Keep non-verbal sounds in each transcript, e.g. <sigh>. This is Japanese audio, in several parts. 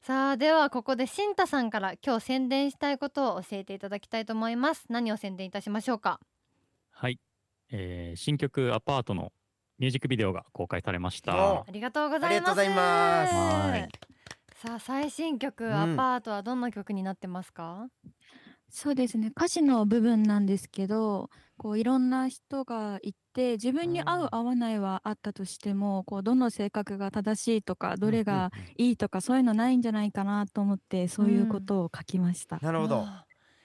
さあではここでしんたさんから今日宣伝したいことを教えていただきたいと思います何を宣伝いたしましょうかはい、えー、新曲アパートのミュージックビデオが公開されましたありがとうございますさあ最新曲、うん、アパートはどんな曲になってますかそうですね歌詞の部分なんですけどこういろんな人がいて自分に合う合わないはあったとしてもこうどの性格が正しいとかどれがいいとかそういうのないんじゃないかなと思ってそういうことを書きました。うん、なるほど、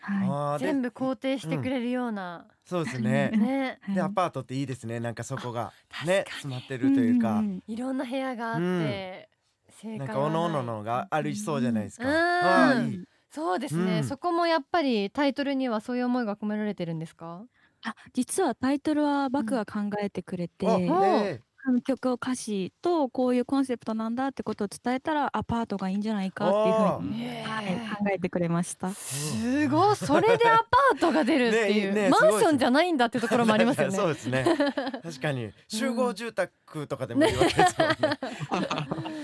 はい、全部肯定してくれるような、うん、そうです <laughs> ねねでアパートっていいですねなんかそこがね詰まってるというか、うんうん、いろんな部屋があって、うん、なんかおのおののがありそうじゃないですか、うん、そうですね、そこもやっぱりタイトルにはそういう思いが込められてるんですかあ実はタイトルはバクが考えてくれて、うん曲を歌詞とこういうコンセプトなんだってことを伝えたらアパートがいいんじゃないかっていうふうに、はい、考えてくれましたすごいそれでアパートが出るっていうねね、マンションじゃないんだってところもありますよね <laughs> そう <laughs> ですね確かに集合住宅とかでもいいわけです <laughs> もんね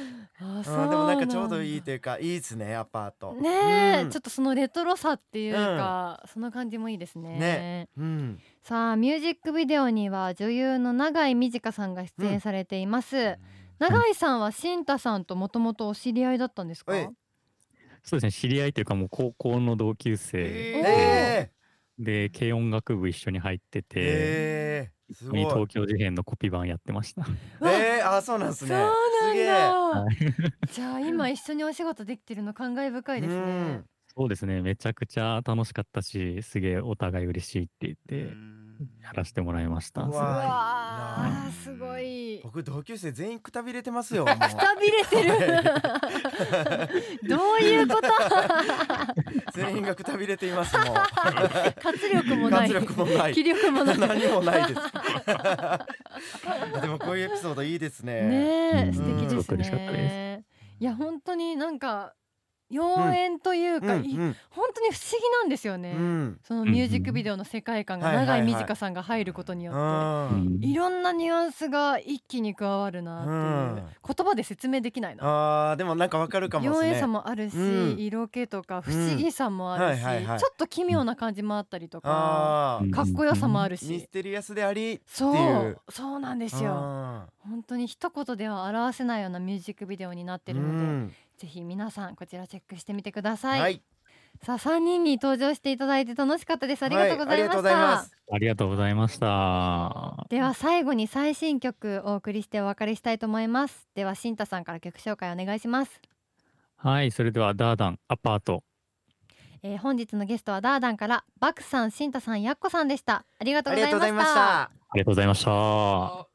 <laughs> うん、でもなんかちょうどいいというかいいですねアパートね、うん、ちょっとそのレトロさっていうか、うん、その感じもいいですね、ね、うん、さあミュージックビデオには女優の永井美智香さんが出演されています、うん、永井さんは新太さんともともとお知り合いだったんですかそうですね知り合いというかもう高校の同級生で、えー、で軽音楽部一緒に入ってて、えーすごい東京事変のコピー版やってました。 <laughs> えー、あ、そうなんですね。そうなんだ。じゃあ今一緒にお仕事できてるの感慨深いですね。そうですね。めちゃくちゃ楽しかったし、すげえお互い嬉しいって言って。やらせてもらいました。、わあ、すごい。僕同級生全員くたびれてます <laughs> よ。くたびれてる。 <laughs> どういうこと。全員がくたびれていますもう。活力もない。活力もない。気力 <laughs> もない。何もないです。でもこういうエピソードいいですね。ね、素敵ですね。いや、本当になんか。妖艶というか、うん、本当に不思議なんですよね、うん、そのミュージックビデオの世界観が永井美智香さんが入ることによって、いろんなニュアンスが一気に加わるなっていう、うん、言葉で説明できないなあでもなんかわかるかも、ね、妖艶さもあるし、色気とか不思議さもあるし、ちょっと奇妙な感じもあったりとか、かっこよさもあるし、ミステリアスでありそうそうなんですよ本当に一言では表せないようなミュージックビデオになってるので、ぜひ皆さんこちらチェックしてみてください。はい、さあ三人に登場していただいて楽しかったです。ありがとうございました。はいありがとうございました。では最後に最新曲お送りしてお別れしたいと思います。では新太さんから曲紹介お願いします。はい、それではダーダンアパート。えー、本日のゲストはダーダンからバクさん、新太さん、やっこさんでした。ありがとうございました。ありがとうございました。